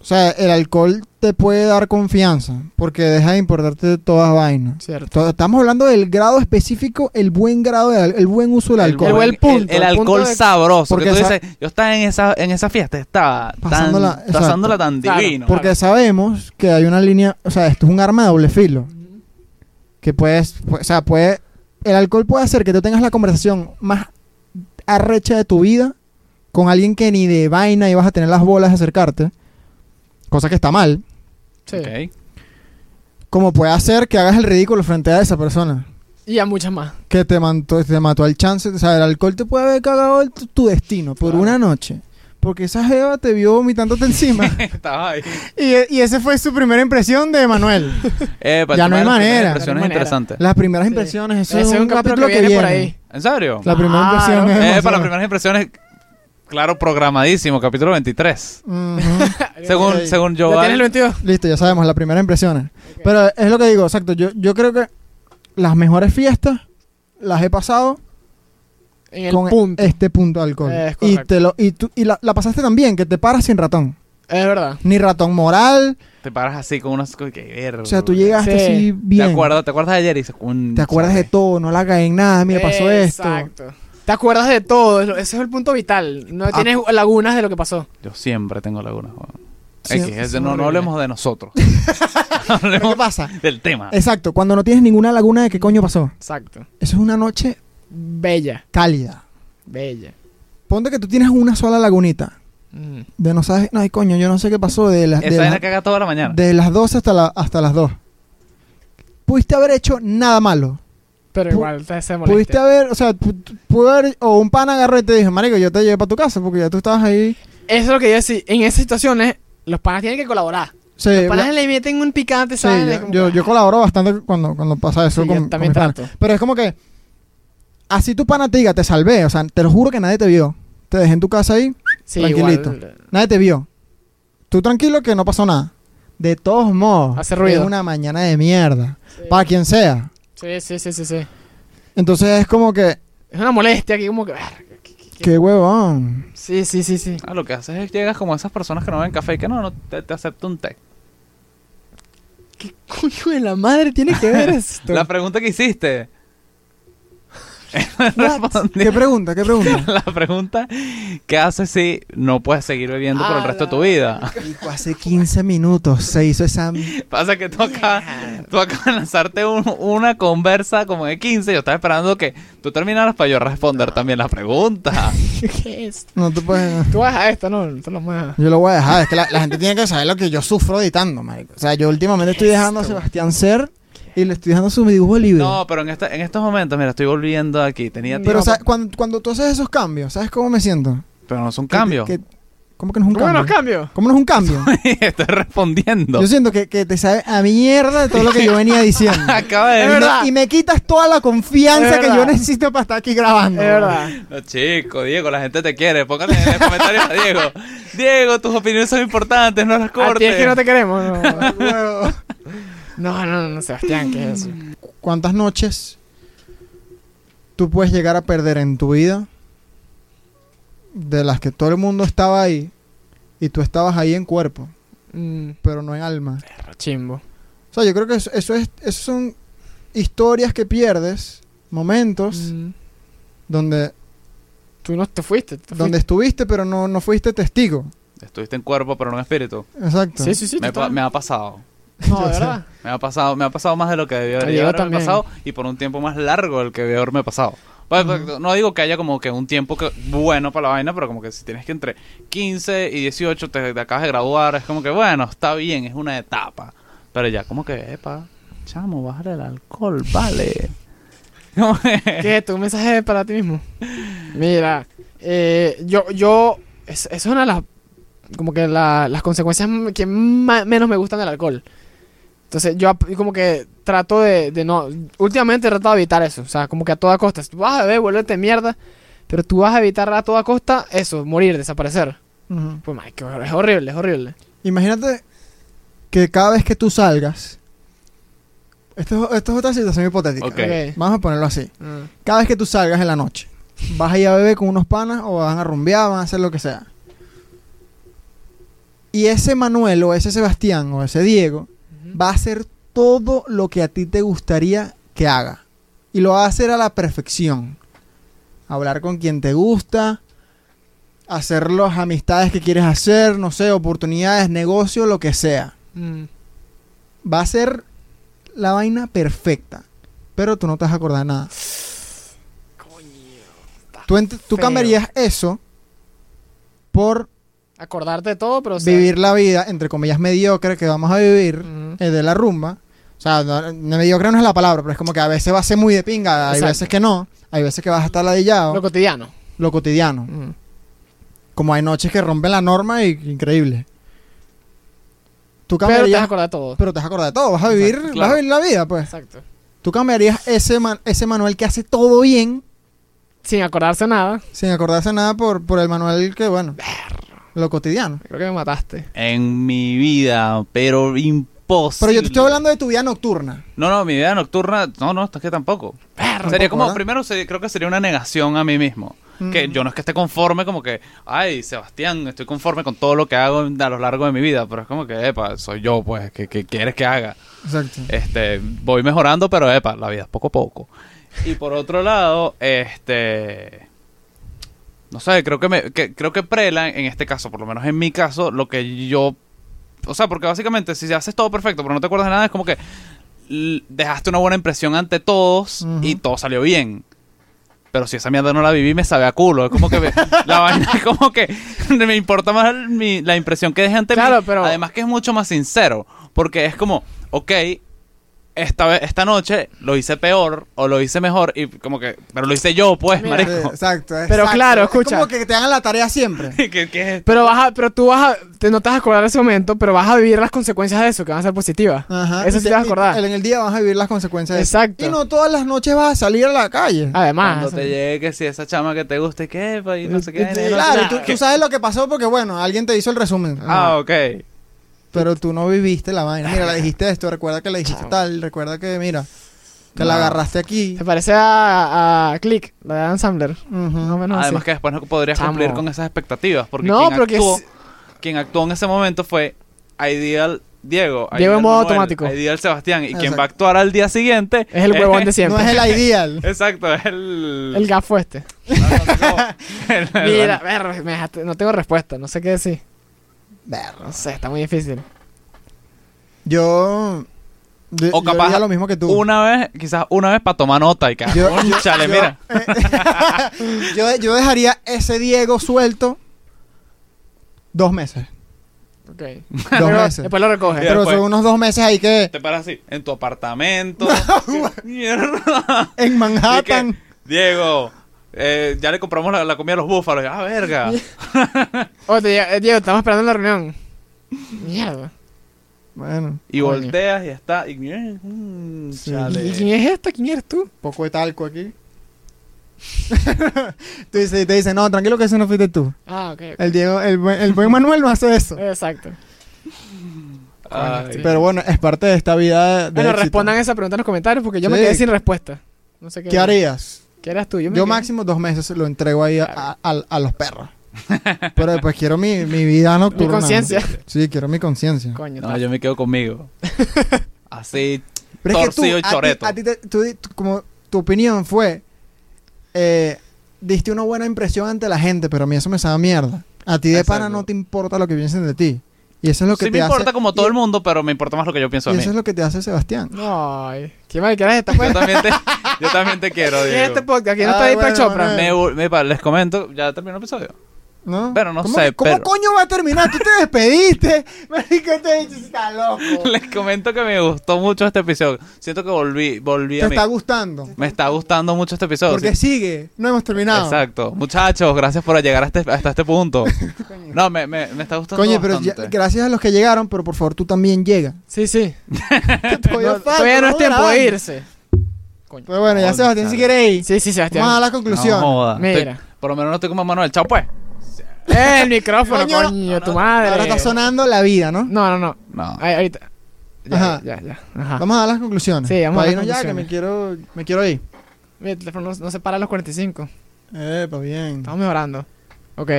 Speaker 1: O sea, el alcohol te puede dar confianza porque deja de importarte todas vainas.
Speaker 3: Cierto.
Speaker 1: To- Estamos hablando del grado específico, el buen grado, de al- el buen uso del alcohol.
Speaker 3: El buen punto,
Speaker 2: el,
Speaker 3: el punto
Speaker 2: alcohol
Speaker 3: de-
Speaker 2: sabroso.
Speaker 1: Porque
Speaker 2: Porque tú
Speaker 1: esa-
Speaker 2: dices, yo estaba en esa, en esa fiesta, estaba tan-
Speaker 1: Pasándola- exacto.
Speaker 2: pasándola tan
Speaker 3: Claro.
Speaker 2: divino.
Speaker 1: Porque sabemos que hay una línea, o sea, esto es un arma de doble filo. Que puedes, pu- o sea, puede, el alcohol puede hacer que tú tengas la conversación más arrecha de tu vida con alguien que ni de vaina ibas a tener las bolas de acercarte, cosa que está mal,
Speaker 3: Sí.
Speaker 2: Ok.
Speaker 1: como puede hacer que hagas el ridículo frente a esa persona.
Speaker 3: Y a muchas más.
Speaker 1: que te mató, te mató al chance. O sea, el alcohol te puede haber cagado el- tu destino por
Speaker 3: Claro.
Speaker 1: una noche. Porque esa jeva te vio vomitándote encima.
Speaker 2: [laughs]
Speaker 3: [laughs]
Speaker 2: Estaba ahí.
Speaker 1: [laughs] y, y esa fue su primera impresión de Manuel.
Speaker 2: Eh, para
Speaker 1: Ya
Speaker 2: el
Speaker 1: no
Speaker 2: tema
Speaker 1: hay
Speaker 2: de las primeras
Speaker 1: manera.
Speaker 2: impresiones
Speaker 3: No hay manera.
Speaker 2: interesante.
Speaker 1: Las primeras
Speaker 3: Sí.
Speaker 1: impresiones, eso
Speaker 3: Ese
Speaker 1: es un, capítulo, que, viene.
Speaker 3: por ahí.
Speaker 2: ¿En serio?
Speaker 1: La primera
Speaker 3: Claro.
Speaker 1: impresión es
Speaker 2: Eh,
Speaker 1: demasiado.
Speaker 2: para las primeras impresiones, claro, programadísimo, capítulo 23.
Speaker 1: Ujú.
Speaker 2: [laughs] Según,
Speaker 1: Ok.
Speaker 2: según
Speaker 3: ¿Ya
Speaker 2: Joval.
Speaker 3: tienes el 22?
Speaker 1: Listo, ya sabemos, las primeras impresiones. Pero es lo que digo, exacto. Yo, yo creo que las mejores fiestas las he pasado
Speaker 3: En el
Speaker 1: con
Speaker 3: punto.
Speaker 1: este punto de alcohol.
Speaker 3: Es
Speaker 1: y
Speaker 3: correcto.
Speaker 1: te lo, y, tú, y la, la pasaste tan bien que te paras sin ratón.
Speaker 3: Es verdad.
Speaker 1: Ni ratón moral,
Speaker 2: Te paras así con unas cosas que ver.
Speaker 1: O sea, tú llegaste
Speaker 3: Sí.
Speaker 1: así bien.
Speaker 2: ¿Te acuerdas, eh. ¿Te acuerdas de ayer? Y dices, "Cun,
Speaker 1: Te acuerdas de
Speaker 2: chale".
Speaker 1: todo, no la caí en nada, mira, pasó esto.
Speaker 3: Exacto. Te acuerdas de todo. es lo- Ese es el punto vital. No
Speaker 1: Ah.
Speaker 3: tienes lagunas de lo que pasó.
Speaker 2: Yo siempre tengo lagunas. weón.
Speaker 1: Sí,
Speaker 2: X, es de- no, no
Speaker 3: horrible.
Speaker 2: hablemos
Speaker 1: [laughs]
Speaker 2: de nosotros. [laughs]
Speaker 1: Pero ¿qué
Speaker 2: hablemos
Speaker 1: pasa?
Speaker 2: del tema.
Speaker 1: Exacto, cuando no tienes ninguna laguna de qué coño pasó.
Speaker 3: Exacto.
Speaker 1: Eso es una noche
Speaker 3: Bella.
Speaker 1: cálida.
Speaker 3: Bella.
Speaker 1: Ponte que tú tienes una sola lagunita.
Speaker 3: Mm.
Speaker 1: De no sabes, no, ay, coño, yo no sé qué pasó de, las de,
Speaker 2: Esa
Speaker 1: las-
Speaker 2: vaina que haga toda la mañana.
Speaker 1: de las 12 hasta, la- hasta las 2. Pudiste haber hecho nada malo.
Speaker 3: Pero
Speaker 1: Pu-
Speaker 3: igual te se
Speaker 1: Pudiste
Speaker 3: molesta.
Speaker 1: haber, o sea, pu- tu- pudo haber, o un pana agarró y te dijo, marico, yo te llevé para tu casa porque ya tú estabas ahí.
Speaker 3: Eso es lo que yo decía. En esas situaciones, los panas tienen que colaborar.
Speaker 1: Sí,
Speaker 3: Los panas
Speaker 1: la-
Speaker 3: le meten un picante,
Speaker 1: sí,
Speaker 3: ¿sabes? Es
Speaker 1: yo,
Speaker 3: como
Speaker 1: yo-
Speaker 3: que-
Speaker 1: yo colaboro bastante cuando, cuando pasa eso
Speaker 3: Sí,
Speaker 1: con,
Speaker 3: yo
Speaker 1: con
Speaker 3: también
Speaker 1: mis panas.
Speaker 3: trato.
Speaker 1: Pero es como que. Así tu pana te diga, te salvé. O sea, te lo juro que nadie te vio. Te dejé en tu casa ahí,
Speaker 3: Sí,
Speaker 1: tranquilito.
Speaker 3: igual.
Speaker 1: nadie te vio. Tú tranquilo que no pasó nada. De todos modos,
Speaker 3: Hace ruido.
Speaker 1: es una mañana de mierda.
Speaker 3: Sí.
Speaker 1: Para quien sea.
Speaker 3: Sí, sí, sí, sí, sí.
Speaker 1: Entonces es como que,
Speaker 3: Es una molestia aquí, como que. verga, que- que- que-
Speaker 1: qué
Speaker 3: [laughs]
Speaker 1: huevón.
Speaker 3: Sí, sí, sí, sí.
Speaker 2: Ah, lo que haces es llegas como a esas personas que no ven café y que no, no te, te acepto un té.
Speaker 3: ¿Qué coño de la madre tiene que ver esto?
Speaker 2: La pregunta
Speaker 1: [laughs]
Speaker 2: que hiciste. Respondí
Speaker 1: ¿Qué pregunta? ¿Qué pregunta?
Speaker 2: la pregunta que haces si no puedes seguir bebiendo por el resto de tu vida. [laughs]
Speaker 1: Marico, hace 15 minutos se hizo esa. m-
Speaker 2: Pasa que tú acá, tú acabas de lanzarte un- una conversa como de 15. Yo estaba esperando que tú terminaras para yo responder también
Speaker 1: [laughs]
Speaker 2: la pregunta.
Speaker 3: [laughs] ¿Qué es?
Speaker 1: No te puedes.
Speaker 3: Tú vas a esto, no, tú lo muevas.
Speaker 1: Yo lo voy a dejar. Es que la, la gente tiene que saber lo que yo sufro editando, marico. O sea, yo últimamente estoy dejando a
Speaker 3: Esto.
Speaker 1: Sebastián ser y le estoy dejando su dibujo libre.
Speaker 2: No, pero en, esta, en estos momentos, mira, estoy volviendo aquí. Tenía tiempo.
Speaker 1: Pero ¿sabes? Cuando, cuando tú haces esos cambios, ¿sabes cómo me siento?
Speaker 2: pero no es un cambio.
Speaker 1: Que- ¿Cómo que no es un
Speaker 3: ¿Cómo
Speaker 1: cambio?
Speaker 3: los cambios?
Speaker 1: ¿Cómo no es un
Speaker 3: [laughs]
Speaker 1: cambio?
Speaker 2: [laughs] Estoy respondiendo.
Speaker 1: Yo siento que, que te sabe a mierda de todo lo que yo venía diciendo.
Speaker 2: [laughs] Acaba
Speaker 1: Y
Speaker 2: de
Speaker 3: [laughs] Es
Speaker 1: me-
Speaker 2: ver.
Speaker 3: verdad.
Speaker 1: Y me quitas toda la confianza
Speaker 3: Es
Speaker 1: que yo
Speaker 3: verdad.
Speaker 1: necesito para estar aquí grabando.
Speaker 3: Es verdad.
Speaker 2: No, chico, Diego, la gente te quiere. Póngale en los comentarios a
Speaker 3: [laughs]
Speaker 2: Diego. Diego, tus opiniones son importantes, no las
Speaker 3: A ti
Speaker 2: cortes.
Speaker 3: es que no te queremos.
Speaker 1: [laughs]
Speaker 3: No,
Speaker 1: Huevo.
Speaker 3: no, no, no, Sebastián, ¿qué es eso?
Speaker 1: ¿Cuántas noches tú puedes llegar a perder en tu vida de las que todo el mundo estaba ahí y tú estabas ahí en cuerpo,
Speaker 3: Mm,
Speaker 1: pero no en alma?
Speaker 3: perro chimbo.
Speaker 1: O sea, yo creo que eso, eso es, eso son historias que pierdes, momentos
Speaker 3: Mm,
Speaker 1: donde,
Speaker 3: Tú no te fuiste. te
Speaker 1: donde
Speaker 3: fuiste.
Speaker 1: estuviste, pero no, no fuiste testigo.
Speaker 2: Estuviste en cuerpo, pero no en espíritu.
Speaker 1: Exacto.
Speaker 3: Sí, sí, sí.
Speaker 2: Me,
Speaker 1: [laughs]
Speaker 2: pa-
Speaker 3: tú estabas-
Speaker 2: me ha pasado.
Speaker 3: No, de
Speaker 1: Yo sé.
Speaker 3: verdad.
Speaker 2: Me ha pasado, me ha pasado más de lo que debió
Speaker 3: A
Speaker 2: haber
Speaker 3: Diego también.
Speaker 2: pasado y por un tiempo más largo del que debió haberme pasado. Pues, pues, No digo que haya como que un tiempo que, bueno para la vaina, pero como que si tienes que entre 15 y 18 te, te acabas de graduar, es como que bueno, está bien, es una etapa. Pero ya como que, epa, chamo, bájale el alcohol,
Speaker 3: [laughs]
Speaker 2: vale. Como que-
Speaker 3: ¿Qué es esto? ¿Un mensaje para ti mismo? Mira, eh, yo, yo, es, es una de las, como que la- las consecuencias m- que ma- menos me gustan del alcohol. Entonces yo ap- como que trato de, de no, últimamente he tratado de evitar eso, o sea, como que a toda costa, si tú vas a beber, vuélvete mierda, pero tú vas a evitar a toda costa eso, morir, desaparecer.
Speaker 1: Ujú.
Speaker 3: Pues, man, que hor- es horrible, es horrible.
Speaker 1: Imagínate que cada vez que tú salgas, esto, es- esto es otra situación hipotética.
Speaker 2: Ok.
Speaker 3: Ok.
Speaker 1: Vamos a ponerlo así.
Speaker 3: Mm.
Speaker 1: Cada vez que tú salgas en la noche, vas a ir a beber con unos panas o van a rumbear, van a hacer lo que sea. Y ese Manuel o ese Sebastián o ese Diego va a hacer todo lo que a ti te gustaría que haga. Y lo va a hacer a la perfección. Hablar con quien te gusta, hacer las amistades que quieres hacer, no sé, oportunidades, negocio, lo que sea.
Speaker 3: Mm.
Speaker 1: Va a ser la vaina perfecta. Pero tú no te vas a acordar de nada. Tú, ent- tú
Speaker 3: Feo.
Speaker 1: cambiarías eso por
Speaker 3: Acordarte de todo, pero... o sea,
Speaker 1: vivir la vida, entre comillas, mediocre que vamos a vivir
Speaker 3: Ujú.
Speaker 1: eh, de la rumba. O sea, no, no- mediocre no es la palabra, pero es como que a veces va a ser muy de pinga, hay
Speaker 3: Exacto.
Speaker 1: veces que no, hay veces que vas a estar
Speaker 3: Lo
Speaker 1: ladillado, lo,
Speaker 3: cotidiano.
Speaker 1: cotidiano.
Speaker 3: Mm.
Speaker 1: Como hay noches que rompen la norma y increíble. Tú
Speaker 3: Pero te vas a
Speaker 1: cambiarías,
Speaker 3: acordar de todo.
Speaker 1: pero te vas a acordar de todo, vas a vivir,
Speaker 2: Exacto,
Speaker 1: vas
Speaker 2: claro.
Speaker 1: a vivir la vida, pues.
Speaker 3: Exacto.
Speaker 1: Tú cambiarías ese, man- ese Manuel que hace todo bien,
Speaker 3: Sin acordarse nada.
Speaker 1: sin acordarse nada, por, por el Manuel que, bueno, lo cotidiano.
Speaker 3: Creo que me mataste.
Speaker 2: en mi vida, pero imposible.
Speaker 1: Pero yo te estoy hablando de tu vida nocturna.
Speaker 2: No, no, mi vida nocturna, no, no, es que tampoco.
Speaker 3: Perro.
Speaker 2: Sería
Speaker 1: Tampoco,
Speaker 2: como,
Speaker 1: ¿verdad?
Speaker 2: primero sería- creo que sería una negación a mí mismo. Que
Speaker 1: Mm.
Speaker 2: yo no es que esté conforme, como que, ay, Sebastián, estoy conforme con todo lo que hago en- a lo largo de mi vida, pero es como que, epa, soy yo, pues, que, que quieres que haga.
Speaker 1: Exacto.
Speaker 2: Este, voy mejorando, pero epa, la vida es poco a poco. Y por otro lado, este. No sé, creo que, me, que- creo que prela en este caso, por lo menos en mi caso, lo que yo. O sea, porque básicamente, si haces todo perfecto, pero no te acuerdas de nada, es como que l- dejaste una buena impresión ante todos
Speaker 1: Ujú.
Speaker 2: y todo salió bien. Pero si esa mierda no la viví, me sabe a culo. Es como que me- la [laughs] vaina es como que me importa más el- mi- la impresión que deje ante mí.
Speaker 3: Claro, pero-
Speaker 2: Además que es mucho más sincero. Porque es como, ok, esta, ve- esta noche lo hice peor o lo hice mejor. Y como que, pero lo hice yo, pues,
Speaker 3: Mira.
Speaker 1: Sí,
Speaker 2: [laughs] marico.
Speaker 1: Eh, exacto,
Speaker 3: Pero
Speaker 1: exacto.
Speaker 3: claro,
Speaker 1: Es
Speaker 3: escucha.
Speaker 1: como que te hagan la tarea
Speaker 3: [laughs]
Speaker 1: siempre.
Speaker 2: ¿Qué- qué es esto?
Speaker 3: Pero vas a, pero tú vas a, te no te vas a acordar de ese momento, pero vas a vivir las consecuencias de eso, que van a ser positivas.
Speaker 1: Ajá.
Speaker 3: Eso
Speaker 1: Y
Speaker 3: sí te vas a
Speaker 1: y
Speaker 3: acordar.
Speaker 1: En el día vas a vivir las consecuencias. de eso.
Speaker 3: Exacto. Ah,
Speaker 1: Y no todas las noches vas a salir a la calle.
Speaker 3: Además,
Speaker 2: Cuando te
Speaker 3: eso-
Speaker 2: llegue que si esa chama que te guste, ¿qué? pa, Y no sé qué.
Speaker 3: Y- y-
Speaker 2: y no sé
Speaker 1: claro,
Speaker 2: qué.
Speaker 3: Ah,
Speaker 1: y tú, tú sabes lo que pasó porque, bueno, alguien te hizo el resumen.
Speaker 2: Ah, ok.
Speaker 1: pero tú no viviste la vaina. Mira, le dijiste esto, recuerda que le dijiste
Speaker 3: Chao.
Speaker 1: tal, recuerda que, mira, que la
Speaker 2: No.
Speaker 1: agarraste aquí.
Speaker 3: Se parece a, a Click, la de Adam Sandler.
Speaker 1: Ujú.
Speaker 3: Más o menos
Speaker 2: Además
Speaker 3: así.
Speaker 2: que después no podrías
Speaker 3: Chamo.
Speaker 2: cumplir con esas expectativas. Porque
Speaker 3: No,
Speaker 2: quien,
Speaker 3: pero que
Speaker 2: actuó,
Speaker 3: es-
Speaker 2: quien actuó en ese momento fue Ideal Diego.
Speaker 3: Diego en
Speaker 2: Ideal
Speaker 3: modo
Speaker 2: Manuel,
Speaker 3: automático.
Speaker 2: Ideal Sebastián. Y quien
Speaker 1: Exacto.
Speaker 2: va a actuar al día siguiente...
Speaker 3: Es el
Speaker 2: [laughs]
Speaker 3: huevón de
Speaker 1: No
Speaker 3: siempre.
Speaker 1: es
Speaker 3: [laughs]
Speaker 1: el ideal.
Speaker 2: Exacto, es el... Ah,
Speaker 3: El
Speaker 2: [laughs]
Speaker 3: gafo este. [laughs]
Speaker 2: el- el-
Speaker 3: Mira, ver, me dejaste- no tengo respuesta, no sé qué decir.
Speaker 1: Verga.
Speaker 3: No sé, está muy difícil.
Speaker 1: Yo. de-
Speaker 2: O
Speaker 1: yo
Speaker 2: capaz
Speaker 1: diría lo mismo que tú.
Speaker 2: Una vez, quizás una vez para tomar nota y que...
Speaker 1: Yo-
Speaker 2: Chale,
Speaker 1: yo-
Speaker 2: mira.
Speaker 1: Yo, yo dejaría ese Diego suelto dos meses.
Speaker 3: Ok. [laughs]
Speaker 1: Dos
Speaker 3: Luego-
Speaker 1: meses.
Speaker 3: Después lo recoge.
Speaker 2: Ya,
Speaker 1: Pero
Speaker 2: después.
Speaker 1: son unos dos meses ahí que
Speaker 2: Te paras así, en tu apartamento.
Speaker 1: [laughs]
Speaker 2: Mierda. [laughs]
Speaker 1: en
Speaker 2: Y que,
Speaker 1: Manhattan.
Speaker 2: Diego, eh, ya le compramos la, la comida a los búfalos. Ah, verga.
Speaker 3: Oye, te llega- eh, Diego, estamos esperando la reunión. Mierda.
Speaker 1: Bueno,
Speaker 2: Y
Speaker 3: Coño.
Speaker 2: volteas y está. Y, mm,
Speaker 1: Sí.
Speaker 3: ¿Y
Speaker 2: chale.
Speaker 3: quién es esto? ¿Quién eres tú?
Speaker 1: poco de talco aquí. [laughs] Tú dices- te dicen, no, tranquilo que ese no fuiste tú.
Speaker 3: Ah, ok. ok.
Speaker 1: El Diego, el, buen- el buen Manuel no hace eso.
Speaker 3: Exacto.
Speaker 2: Ay,
Speaker 3: Sí.
Speaker 1: Pero bueno, es parte de esta vida de
Speaker 3: Bueno,
Speaker 1: éxito.
Speaker 3: respondan esa pregunta en los comentarios porque yo me
Speaker 1: Sí.
Speaker 3: quedé sin respuesta. No sé qué.
Speaker 1: ¿Qué harías?
Speaker 3: ¿Qué eras tú? Yo,
Speaker 1: Yo,
Speaker 3: me quedé-
Speaker 1: máximo dos meses lo entrego ahí a, a- a los
Speaker 2: [laughs]
Speaker 1: perros. Pero después quiero mi, mi vida nocturna.
Speaker 3: Mi conciencia.
Speaker 1: Sí, quiero mi conciencia.
Speaker 3: Coño,
Speaker 2: no,
Speaker 3: tal.
Speaker 2: yo me
Speaker 1: [laughs]
Speaker 2: quedo conmigo. Así.
Speaker 1: Pero es que tú,
Speaker 2: Torcido y
Speaker 1: a ti-
Speaker 2: choreto.
Speaker 1: a ti te- tú di- tú- como tu opinión fue, eh, diste una buena impresión ante la gente, pero a mí eso me sabe mierda. A ti de
Speaker 2: Exacto.
Speaker 1: pana no te importa lo que piensen de ti. Y eso es lo que
Speaker 2: Sí
Speaker 1: te
Speaker 2: me
Speaker 1: hace.
Speaker 2: importa como todo
Speaker 1: y-
Speaker 2: el mundo, pero me importa más lo que yo pienso
Speaker 1: Y
Speaker 2: de mí.
Speaker 1: eso es lo que te hace Sebastián.
Speaker 3: No, ay, qué mal que eres
Speaker 2: [laughs]
Speaker 3: esta
Speaker 2: Yo
Speaker 3: pues.
Speaker 2: también te, yo también
Speaker 1: [laughs]
Speaker 2: te quiero,
Speaker 3: ¿Quién es
Speaker 2: Diego.
Speaker 3: este podcast? ¿Quién no está
Speaker 1: Ay,
Speaker 3: ahí
Speaker 1: bueno,
Speaker 3: Chopra?
Speaker 1: bueno.
Speaker 2: Me vol- me pa- les comento, ya terminó el episodio.
Speaker 1: ¿No?
Speaker 2: Pero no
Speaker 1: ¿Cómo
Speaker 2: sé,
Speaker 1: que- ¿Cómo
Speaker 2: pero-
Speaker 1: coño va a terminar? Tú te
Speaker 2: [laughs]
Speaker 1: despediste. Marico, te he dicho, está loco.
Speaker 2: Les comento que me gustó mucho este episodio. Siento que volví, volví
Speaker 1: Te
Speaker 2: a mí.
Speaker 1: está gustando.
Speaker 2: Me está gustando mucho este episodio.
Speaker 1: Porque sigue. No hemos terminado.
Speaker 2: Exacto. Muchachos, gracias por llegar hasta este, hasta
Speaker 1: [laughs]
Speaker 2: este punto. No, me, me, me está gustando
Speaker 1: Coño, pero ya-
Speaker 2: bastante.
Speaker 1: gracias a los que llegaron, pero por favor tú también
Speaker 2: [laughs]
Speaker 1: llega.
Speaker 3: Sí, sí.
Speaker 1: todavía,
Speaker 3: No, todavía no es tiempo de irse.
Speaker 1: Pero bueno, ya
Speaker 2: Coño,
Speaker 1: Sebastián, si
Speaker 2: chale.
Speaker 1: quieres ir.
Speaker 3: Sí, sí, Sebastián.
Speaker 1: Vamos a la
Speaker 2: No
Speaker 1: conclusión.
Speaker 2: joda.
Speaker 3: Mira.
Speaker 2: Ah, Estoy- por lo menos no estoy como Manuel. Chao, pues.
Speaker 3: ¡Eh, el micrófono,
Speaker 1: Coño.
Speaker 3: coño! ¡Tu madre!
Speaker 1: Ahora está sonando la vida, ¿no?
Speaker 3: No, no, no.
Speaker 2: No.
Speaker 3: Ahí, ahorita. Ya,
Speaker 1: Ajá.
Speaker 3: ya, ya. Ajá.
Speaker 1: Vamos a dar las conclusiones.
Speaker 3: Ah. Sí, vamos a
Speaker 1: Pa'
Speaker 3: dar
Speaker 1: irnos ya, que me
Speaker 3: conclusiones.
Speaker 1: quiero, me quiero ir.
Speaker 3: Mira, el teléfono no, no se para a los 45.
Speaker 1: Eh, pues bien.
Speaker 3: Estamos mejorando. Ok.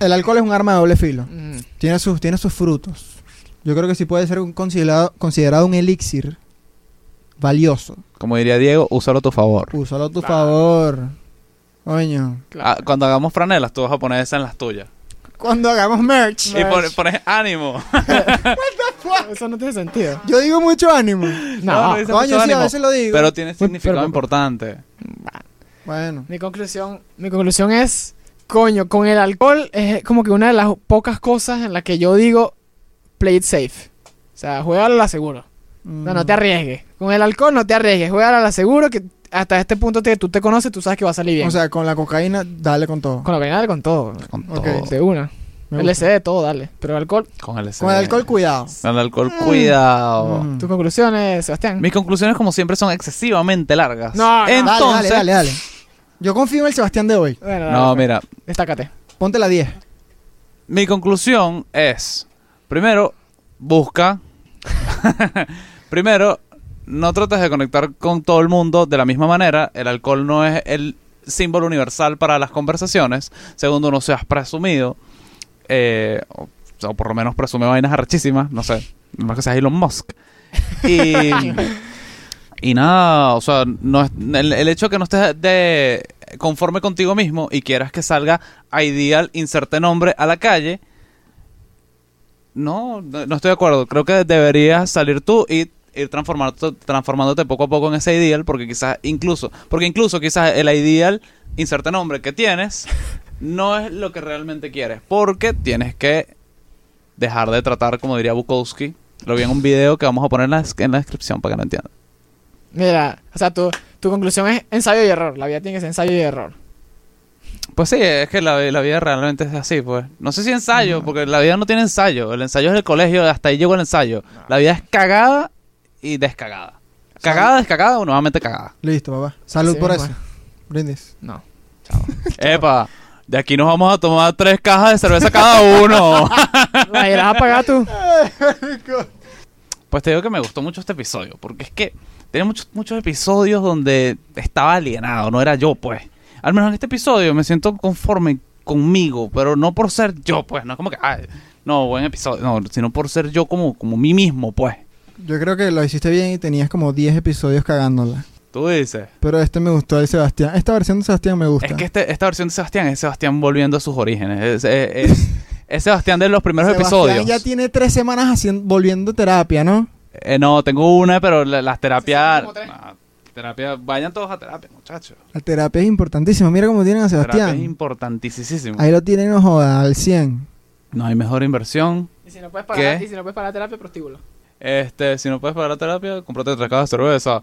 Speaker 1: El alcohol es un arma de doble filo. [laughs]
Speaker 3: Mm.
Speaker 1: Tiene sus, tiene sus frutos. Yo creo que sí puede ser un considerado, considerado un elixir valioso.
Speaker 2: Como diría Diego, úsalo a tu favor.
Speaker 1: Úsalo a tu favor. Coño.
Speaker 2: Ah, cuando hagamos franelas, tú vas a poner esa en las tuyas.
Speaker 1: Cuando hagamos merch.
Speaker 2: Y por, por ej- ánimo.
Speaker 3: Eso no tiene sentido.
Speaker 1: Yo digo mucho
Speaker 3: [laughs]
Speaker 1: ánimo.
Speaker 3: No.
Speaker 2: no, es- Dice mucho
Speaker 1: Coño, sí, a
Speaker 2: ánimo,
Speaker 1: veces lo digo.
Speaker 2: Pero tiene
Speaker 3: pero
Speaker 2: significado
Speaker 3: poco.
Speaker 2: importante.
Speaker 1: Bueno.
Speaker 3: Mi conclusión, mi conclusión es, coño, con el alcohol es como que una de las pocas cosas en las que yo digo, play it safe. O sea, juega a la seguro. No, no te
Speaker 1: Mm.
Speaker 3: arriesgues. Con el alcohol no te arriesgues. Juega a la seguro que hasta este punto te, tú te conoces, tú sabes que va a salir bien.
Speaker 1: O sea, con la cocaína, dale con todo.
Speaker 3: con la cocaína, con todo.
Speaker 2: Con
Speaker 1: Ok.
Speaker 2: todo.
Speaker 3: De una.
Speaker 1: Oh. Me gusta.
Speaker 3: LCD, todo, dale. Pero alcohol,
Speaker 2: Con el,
Speaker 1: Con el alcohol, cuidado.
Speaker 2: Con el alcohol, cuidado.
Speaker 1: Mm.
Speaker 3: tus conclusiones, Sebastián.
Speaker 2: Mis conclusiones, como siempre, son excesivamente largas.
Speaker 3: No, no.
Speaker 1: Dale,
Speaker 2: Entonces,
Speaker 1: dale, dale, dale. Yo confío en el Sebastián de hoy.
Speaker 3: Bueno, dale,
Speaker 2: No,
Speaker 3: pues.
Speaker 2: mira.
Speaker 3: Destácate.
Speaker 1: Ponte la 10.
Speaker 2: Mi conclusión es, primero, busca. [laughs] primero, no trates de conectar con todo el mundo de la misma manera. El alcohol no es el símbolo universal para las conversaciones. Segundo, no seas presumido. Eh, o, o por lo menos presume vainas arrechísimas. No sé. Más que seas Elon Musk. Y, y nada, o sea, no es- el, el hecho de que no estés de, conforme contigo mismo y quieras que salga ideal, inserte nombre a la calle. No, no no estoy de acuerdo. Creo que deberías salir tú y ir transformándote, transformándote poco a poco en ese ideal, porque quizás incluso, porque incluso quizás el ideal, inserte nombre que tienes, no es lo que realmente quieres, porque tienes que dejar de tratar, como diría Bukowski. Lo vi en un video que vamos a poner en la, en la descripción para que lo entiendan.
Speaker 3: Mira, o sea, tu, tu conclusión es ensayo y error. La vida tiene que ser ensayo y error.
Speaker 2: Pues sí, es que la, la vida realmente es así, pues. No sé si ensayo, porque la vida no tiene ensayo. El ensayo es el colegio, hasta ahí llegó el ensayo. La vida es cagada y descagada. Cagada, descagada o nuevamente cagada.
Speaker 1: Listo, papá. Salud
Speaker 3: Sí,
Speaker 1: por eso. [laughs]
Speaker 3: bueno.
Speaker 1: Brindis.
Speaker 3: No.
Speaker 2: [laughs] Epa. De aquí nos vamos a tomar tres cajas de cerveza cada uno.
Speaker 3: ¿La irás a pagar tú?
Speaker 2: Pues te digo que me gustó mucho este episodio, porque es que tiene muchos, muchos episodios donde estaba alienado, no era yo, pues. Al menos en este episodio me siento conforme conmigo, pero no por ser yo, pues. No es como que, ay, no, buen episodio, no, sino por ser yo como, como mí mismo, pues.
Speaker 1: Yo creo que lo hiciste bien y tenías como 10 episodios cagándola.
Speaker 2: Tú dices.
Speaker 1: Pero este me gustó, el Sebastián. Esta versión de Sebastián me gusta.
Speaker 2: Es que este- esta versión de Sebastián es Sebastián volviendo a sus orígenes. Es,
Speaker 1: [laughs]
Speaker 2: es- es- es Sebastián de los primeros
Speaker 1: Sebastián
Speaker 2: episodios.
Speaker 1: ya tiene tres semanas haciendo, volviendo terapia, ¿no?
Speaker 2: Eh, no, tengo una, pero la- las terapias.
Speaker 3: como tres.
Speaker 2: Ah, terapia, vayan todos a terapia, muchachos.
Speaker 1: La terapia es importantísima. Mira cómo tienen a
Speaker 2: Terapia es
Speaker 1: Sebastián.
Speaker 2: importantísimo.
Speaker 1: Ahí lo tienen, no joda, al 100.
Speaker 2: No hay mejor inversión.
Speaker 3: Y si no puedes
Speaker 2: pagar-
Speaker 3: pagar,
Speaker 2: ¿Qué? y
Speaker 3: y si no puedes pagar terapia, prostíbulo.
Speaker 2: Este, si no puedes pagar la terapia, cómprate tres cajas de cerveza.